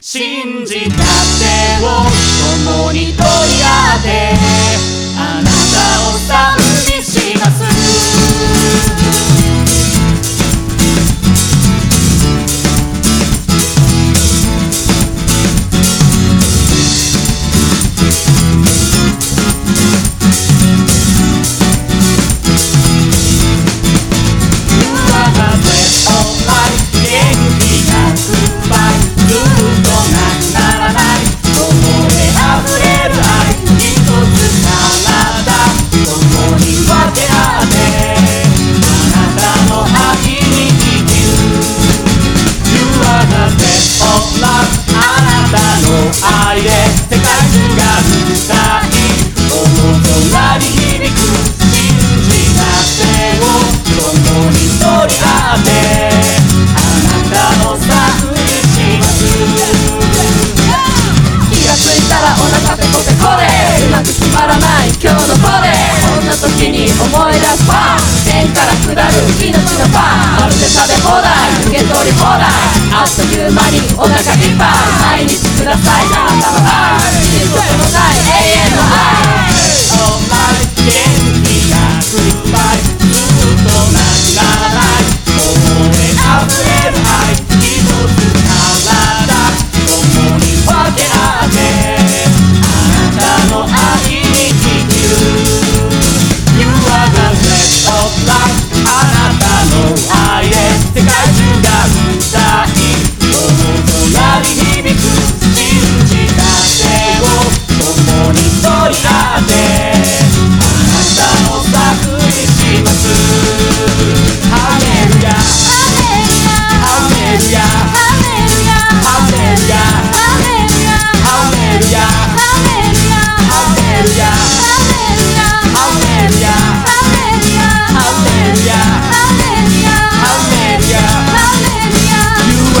信じた手を共に取り合ってあなたを賛美します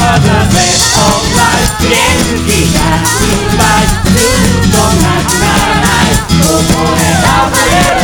「ずっとなくならないここで溢れる